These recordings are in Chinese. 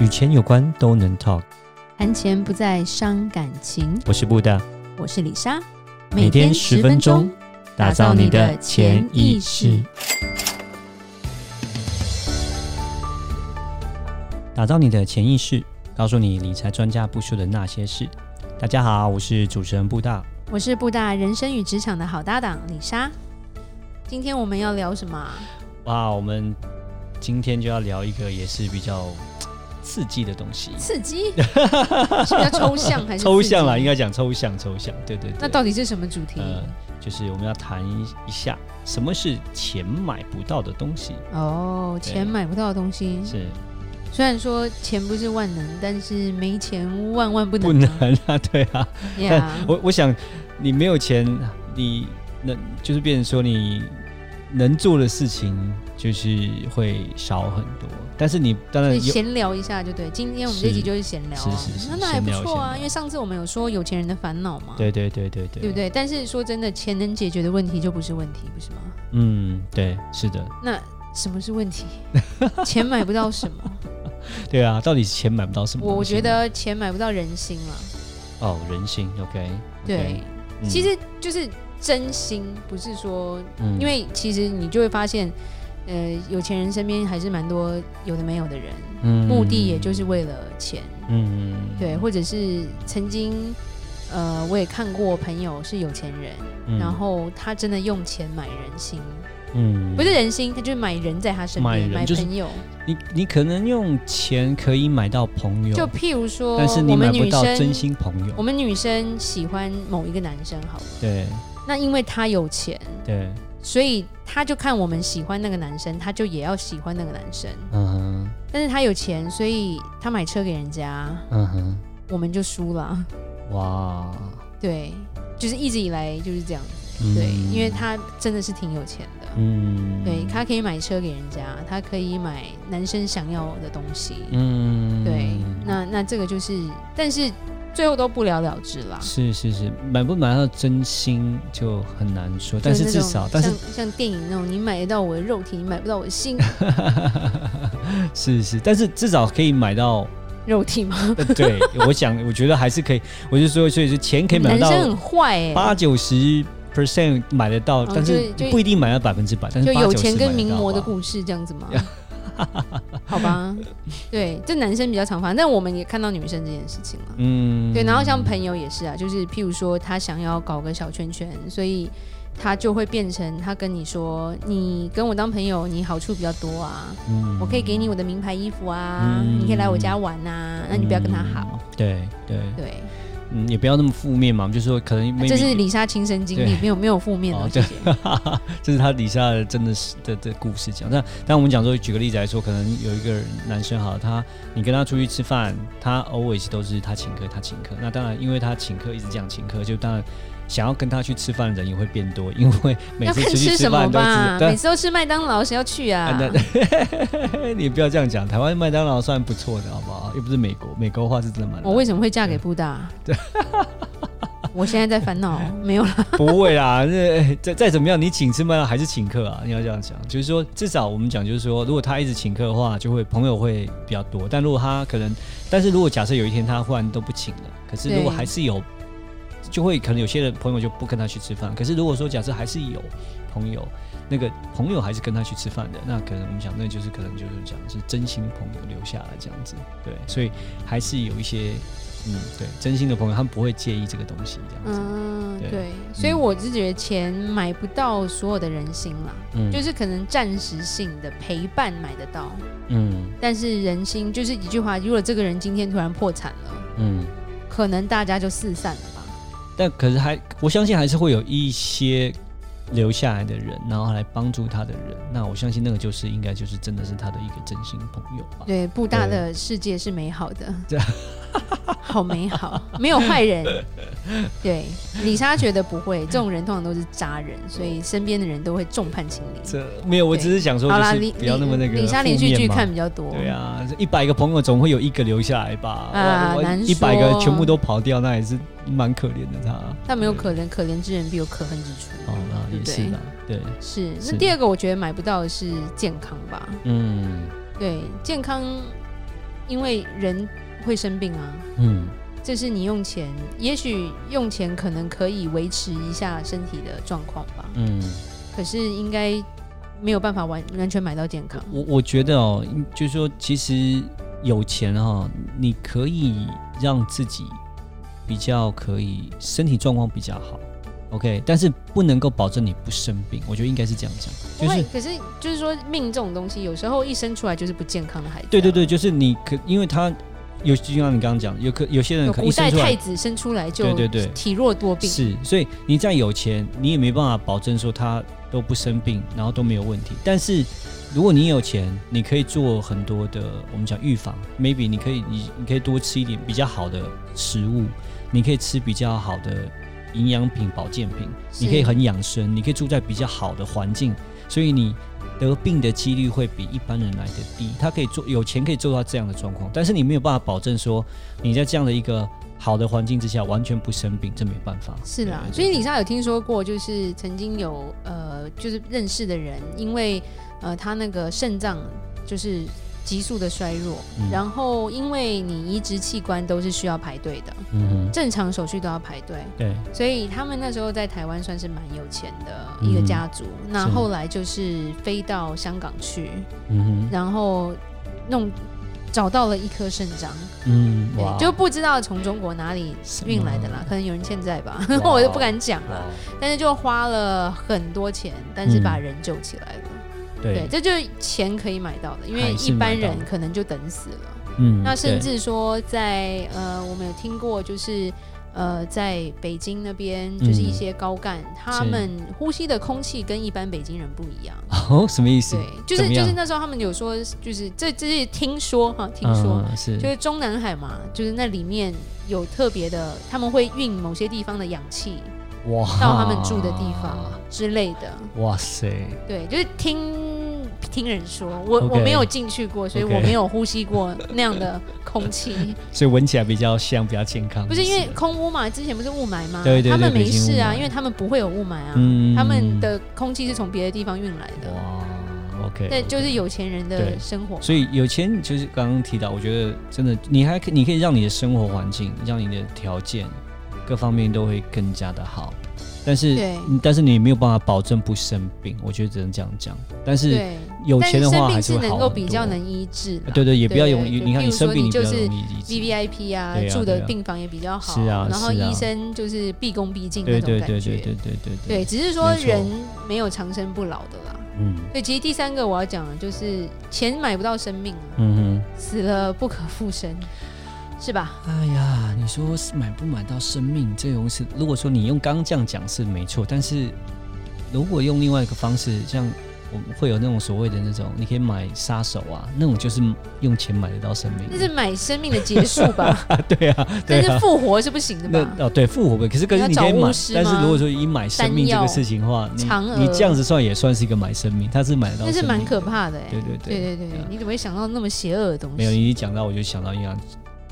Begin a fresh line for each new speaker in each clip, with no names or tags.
与钱有关都能 talk。
谈钱不再伤感情。
我是布大，
我是李莎，
每天十分钟，打造你的潜意识，打造你的潜意识，告诉你理财专家不说的那些事。大家好，我是主持人布大。
我是布大人生与职场的好搭档李莎。今天我们要聊什么啊？
哇，我们今天就要聊一个也是比较刺激的东西，
刺激？是比较抽象还是
抽象啦，应
该。
该讲抽象，抽象，对对对。
那到底是什么主题？
呃，就是我们要谈一下什么是钱买不到的东西，
哦，钱
对
买不到的东西。
是
虽然说钱不是万能，但是没钱万万不能、
不
啊。
能啊，对啊。
呀
我我想你没有钱，你能就是变成说你能做的事情就是会少很多，但是你当然
所以
呃有
闲聊一下就对，今天我们这一集就是闲聊、啊，
是是是
那那还不错
闲
啊，
聊
因为上次我们有说有钱人的烦恼嘛，
对对对对对，
对不？对？但是说真的，钱能解决的问题就不是问题，不是吗？
嗯，对，是的，
那什么是 问题？钱买不到什么？
对啊，到底钱买不到什么东西呢？
我我觉得钱买不到人心了。
哦，人性，OK，
对，其实就是真心，不是说，
嗯
因为其实你就会发现，呃，有钱人身边还是蛮多有的没有的人，
嗯
目的也就是为了钱。
嗯，
对，或者是曾经，呃，我也看过朋友是有钱人，
嗯
然后他真的用钱买人心，
嗯
不是人心，他就是买人在他身
买
边，
人
买
就是
朋友。
你你可能用钱可以买到朋友，
就譬如说，
但是你
我
买
们
不
女
到
生，
真心朋
我
友。
们女生喜欢某一个男生好了，
对
那因为他有钱，
对，
所以他就看我们喜欢那个男生，他就也要喜欢那个男生。
嗯哼
但是他有钱，所以他买车给人家，
嗯哼，
我们就输了。
哇，
对，就是一直以来就是这样。
嗯
对，因为他真的是挺有钱的。
嗯
对他可以买车给人家，他可以买男生想要的东西。
嗯
对，那那这个就是，但是最后都不了了之啦。
是是是，买不买到真心就很难说，但是
就那
至
种
少，但是
像像电影那种，你买得到我的肉体，你买不到我 的心，
是是，但是至少可以买 到。
肉体吗？
呃对，我想我觉得还是可以，我就说，所以是钱可以买
男
到
生很坏哎、
八九十 percent 买得到，
哦
但是
就就
不一定买到百分之百，但是
就有钱
80%
跟
买得
名
到
模的
吧
故事这样 子吗？好吧，对，这男生比较常发生，但我们也看到女生这件事情了。
嗯，
对，然后像朋友也是啊，就是譬如说他想要搞个小圈圈，所以他就会变成他跟你说，你跟我当朋友，你好处比较多啊，
嗯
我可以给你我的名牌衣服啊，
嗯
你可以来我家玩啊，那你不要跟他好。
对对，
对，
嗯，也不要那么负面嘛，就说可能 maybe,
这是李莎亲身经历
对，
没有没有负面
哦
的，谢谢。
这是他底下的真的是的的故事讲。那但我们讲说，举个例子来说，可能有一个男生好了，他你跟他出去吃饭，他 always 都是他请客，他请客。那当然，因为他请客一直这样请客，就当然想要跟他去吃饭的人也会变多，因为 每
要
次
看
出去
吃
吃
什么
饭都
吧
是，
每
但。
次都吃麦当劳，谁要去啊？
但 你不要这样讲，台湾麦当劳算不错的，好不好？又不是美国，美国话是真的蛮
我
烂。
为什么会嫁给布大？我现在在烦恼，没有啦。
不会啦，那哎再再怎么样，你请吃麦当劳还是请客啊？你要这样想，就是说，至少我们讲，就是说，如果他一直请客的话，就会朋友会比较多。但如果他可能，但是如果假设有一天他忽然都不请了，可是如果
对
还是有，就会可能有些人朋友就不跟他去吃饭。可是如果说假设还是有朋友，那个朋友还是跟他去吃饭的，那可能我们想，那就是可能就是讲是真心朋友留下来这样子，对，所以还是有一些。嗯，对，真心的朋友，他们不会介意这个东西，这样子。
嗯，
对
对，所以我是觉得钱买不到所有的人心啦，
嗯，
就是可能暂时性的陪伴买得到，
嗯
但是人心就是一句话，如果这个人今天突然破产了，
嗯，
可能大家就四散了吧。
但可是还，我相信还是会有一些留下来的人，然后来帮助他的人。那我相信那个就是应该就是真的是他的一个真心朋友吧。
对，布大的世界是美好的， 好美 好，没有坏人。对，李莎觉得不会，这种人通常都是渣人，所以身边的人都会重判轻离。
这没有，我只是想说，
好啦，
就是
李
不要那么那个。
李李莎连续剧看。比较多，
对啊，一百个朋友总会有一个留下来吧。
啊难
一百个
说
全部都跑掉，那也是蛮可怜的他。
但没有可怜，可怜之人必有可恨之处。
哦，那
对
也
不
是
对
的，对，
是。
是
那第二个我觉得买不到的是健康吧？
嗯
对，健康因为人会生病啊，
嗯，
这是你用钱，也许用钱可能可以维持一下身体的状况吧，
嗯，
可是应该没有办法完完全买到健康。
我我觉得哦，就是说，其实有钱哈、你可以让自己比较可以身体状况比较好，OK，但是不能够保证你不生病。我觉得应该是这样讲，
不
就
会
是，
可是就是说命这种东西，有时候一生出来就是不健康的孩子啊。
对对对，就是你可因为他有就像你刚刚讲，有可有些人
有
可能一
古
生
代
出来
太子生出来就
对对对
体弱多病，
是，所以你再有钱，你也没办法保证说他都不生病，然后都没有问题。但是如果你有钱，你可以做很多的，我们讲预防，maybe 你可以你你可以多吃一点比较好的食物，你可以吃比较好的营养品、保健品，你可以
是
很养生，你可以住在比较好的环境，所以你。得病的几率会比一般人来的低，他可以做有钱可以做到这样的状况，但是你没有办法保证说你在这样的一个好的环境之下完全不生病，这没办法。
是啦
对，
所以李莎有听说过，就是曾经有呃，就是认识的人，因为呃他那个肾脏就是急速的衰弱，
嗯
然后因为你移植器官都是需要排队的，
嗯哼，
正常手续都要排队，
对，
所以他们那时候在台湾算是蛮有钱的一个
嗯
家族。那
是
后来就是飞到香港去，
嗯哼，
然后弄找到了一颗肾脏，
嗯，
对
哇，
就不知道从中国哪里
什么
运来的啦，可能有人欠债吧，
哇
我就不敢讲啊了。
哇
但是就花了很多钱，但是把人救起来了。对，
嗯对，
这就是钱可以买到的，因为
还
一
是买
般
到
人可能就等死了。
嗯
那甚至说在呃，我们有听过就是。呃，在北京那边，就是
嗯
一些高干，他们呼吸的空气跟一般北京人不一样。
对哦，什么意思？
对，就
怎
是
么
就
样
是那时候他们有说，就是这这是听说哈，听说、
嗯是，
就是中南海嘛，就是那里面有特别的，他们会运某些地方的氧气
哇，
到他们住的地方，啊之类的。
哇塞，
对，就是听听人说，我
OK
我没有进去过，所以
OK
我没有呼吸过那样的空 气。
所以闻起来比较香，比较健康，
不是因为空污嘛，之前不是雾霾吗？
对对对
他们没事
北京雾
啊，
霾
因为他们不会有雾霾啊，
嗯
他们的空气是从别的地方运来的。
哇，OK，
那就是有钱人的
对
生活，
所以有钱就是刚刚提到，我觉得真的，你还可你可以让你的生活环境，让你的条件各方面都会更加的好，但是
对
但是你没有办法保证不生病，我觉得只能这样讲。但是
对。
有
但
钱的
生
话还
病
是
是
会好
能够
很
比较
多
能医治啦，
对对，也不要容易，
对
你看
譬
你
如说
生病，
你
你比
就
较
是
容易理解
V V I P 啊，
对啊
住的
对啊
病房也比较好，
是啊
然后
是啊
医生就是毕恭毕敬那
对
种
对
感
对对
觉，
对对对
对，只是说
没错
人没有长生不老的啦。
嗯
对，其实第三个我要讲的就是钱买不到生命啊，
嗯
死了不可复生，是吧？
哼，哎呀，你说是买不买到生命这种事，如果说你用刚刚这样讲是没错，但是如果用另外一个方式，像我们会有那种所谓的那种，你可以买杀手啊，那种就是用钱买得到生命
那，是买生命的结束 吧，
对 啊，对
但是
啊。
复活是不行的吧？
那哦，对复活呗。可是可是
要
你
找
可以买啊
巫师，
但是
吗
如果说以买生命这个事情的话，你
嫦娥
你这样子算也算是一个买生 命，他是买得到
那
生
是
命，
蛮可怕的哎、
对对对
对对对
对啊
你怎么会想到那么邪恶的东
没有，
西？
你一讲到我就想到一样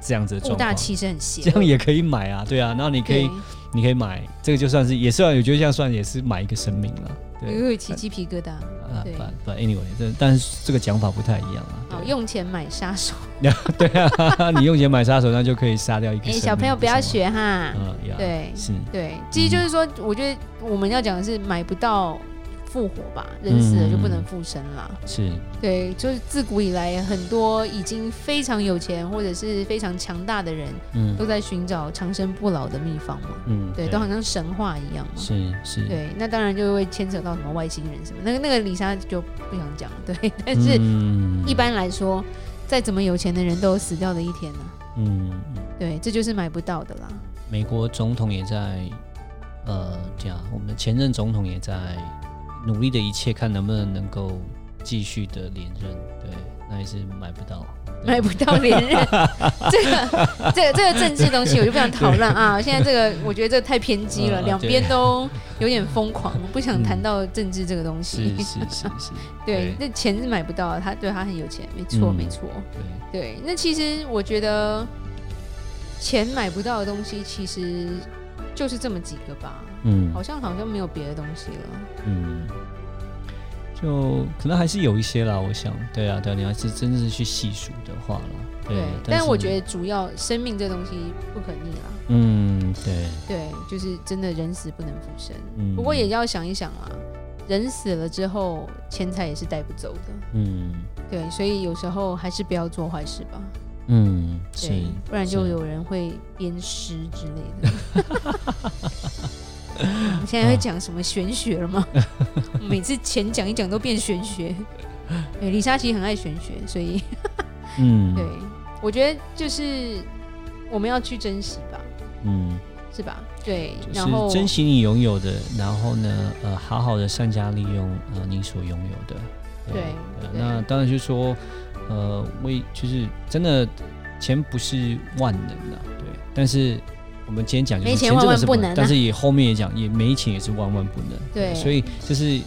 这样子的
物
状
大
况，
其实很邪
这
恶
样，也可以买啊，对啊，然后你可以
对
你可以买这个就算是也算，我觉得这样算也是买一个生命了，对
有有起鸡皮疙瘩。
啊
嗯对，哦
不不，anyway，这但是这个讲法不太一样啊，
好，
对
用钱买杀手。
对啊， 你用钱买杀手那就可以杀掉 一个
哎、
生命，
小朋友不要
是吗
学哈。
啊，呀，
对
是，
对，其实就是说，我觉得我们要讲的是买不到复活吧，人死了就不能复生啦。
是，
对，就是自古以来，很多已经非常有钱或者是非常强大的人，
嗯
都在寻找长生不老的秘方嘛。
嗯，
对，都好像神话一样嘛。
是是，嗯
对，那当然就会牵扯到什么外星人什么，那个那个李莎就不想讲了。对，但是
嗯
一，般来说，再怎么有钱的人都有死掉的一天呢、
嗯，嗯
对，这就是买不到的啦。
美国总统也在，呃，这样，我们的前任总统也在努力的一切，看能不能能够继续的连任。对，那也是买不到，对
买不到连 任，这个这个这个政治东西我就不想讨论啊。现在这个我觉得这个太偏激了，
嗯
两
对
边都有点疯狂，我不想谈到政治这个东西
是。是是是，
对
对，
那钱是买不到的，他对他很有钱，没错
嗯
没错。
对，
对，那其实我觉得钱买不到的东西，其实就是这么几个吧，
嗯
好像好像没有别的东西了。
嗯，就就可能还是有一些啦，我想，对啊，对啊，你还是真的是去细数的话啦，对，
对，
但
但
是
我觉得主要生命这东西不可逆啦，
嗯，对，
对，就是真的人死不能复生，
嗯，
不过也，要想一想啦，人死了之后，钱财也是带不走的，
嗯
对，所以有时候还是不要做坏事吧，
嗯，是
对，，不然就是有人会鞭尸之类的。 我们现在会讲什么玄学了吗？我每次前讲一讲都变玄学。对，李莎其实很爱玄学，所以
嗯，
对，我觉得就是我们要去珍惜吧，
嗯，
是吧？对，
就
然后
是珍惜你拥有的，然后呢，呃，好好的善加利用呃你所拥有的，
对
呃
对
那当然就是说，呃，为就是真的钱不是万能的、对，但是。我们今天讲就是
没钱
真的
万万
是
不能啊
但是也后面也讲，也没钱也是万万不能。
对
所以这是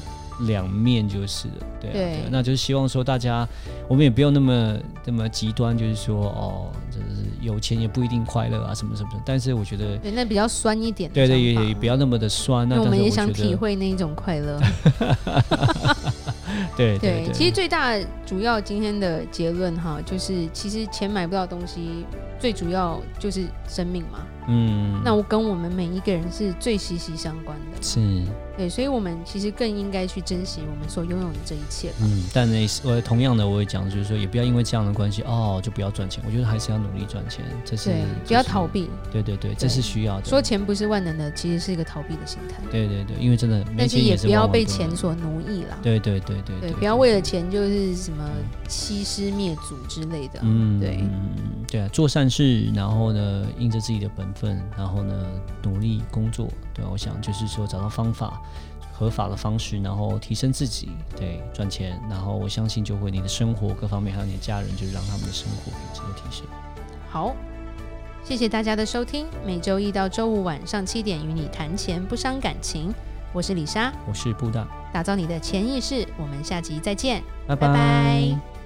两面就是了，对啊、
对
啊那就是希望说大家，我们也不用那么那么极端，就是说哦，就是有钱也不一定快乐啊，什么什么什么。但是我觉得，
对那比较酸一点的
对对，也
想
也
法
不要那么的酸。那啊
因为我
但
们
是
也
我
想
觉得
体，会那一种快乐。
对
对，
对，
其实最大主要今天的结论哈，就是其实钱买不到东西，最主要就是生命嘛。
嗯，
那我跟我们每一个人是最息息相关的，
是
对，所以我们其实更应该去珍惜我们所拥有的这一切。
嗯，但也是我同样的，我也讲，就是说，也不要因为这样的关系哦，就不要赚钱。我觉得还是要努力赚钱，这是
对，
这
不要
是
逃避。
对对对，这是需要的。
说钱不是万能的，其实是一个逃避的心态，
对对对，因为真的没
但是
钱
也
是
不要
万万
被
能
钱所奴役啦。
对对对对
对，不要为了钱就是什么欺师灭祖之类的。
嗯，
对
嗯对啊，做善事，然后呢，因着自己的本分，然后呢，努力工作，对啊、我想就是说找到方法，合法的方式，然后提升自己，对，赚钱，然后我相信就会你的生活各方面，还有你的家人，就是让他们的生活品质的提升。
好，谢谢大家的收听，每周一到周五晚上七点与你谈钱不伤感情，我是李莎，
我是布大，
打造你的潜意识，我们下集再见。
拜
拜拜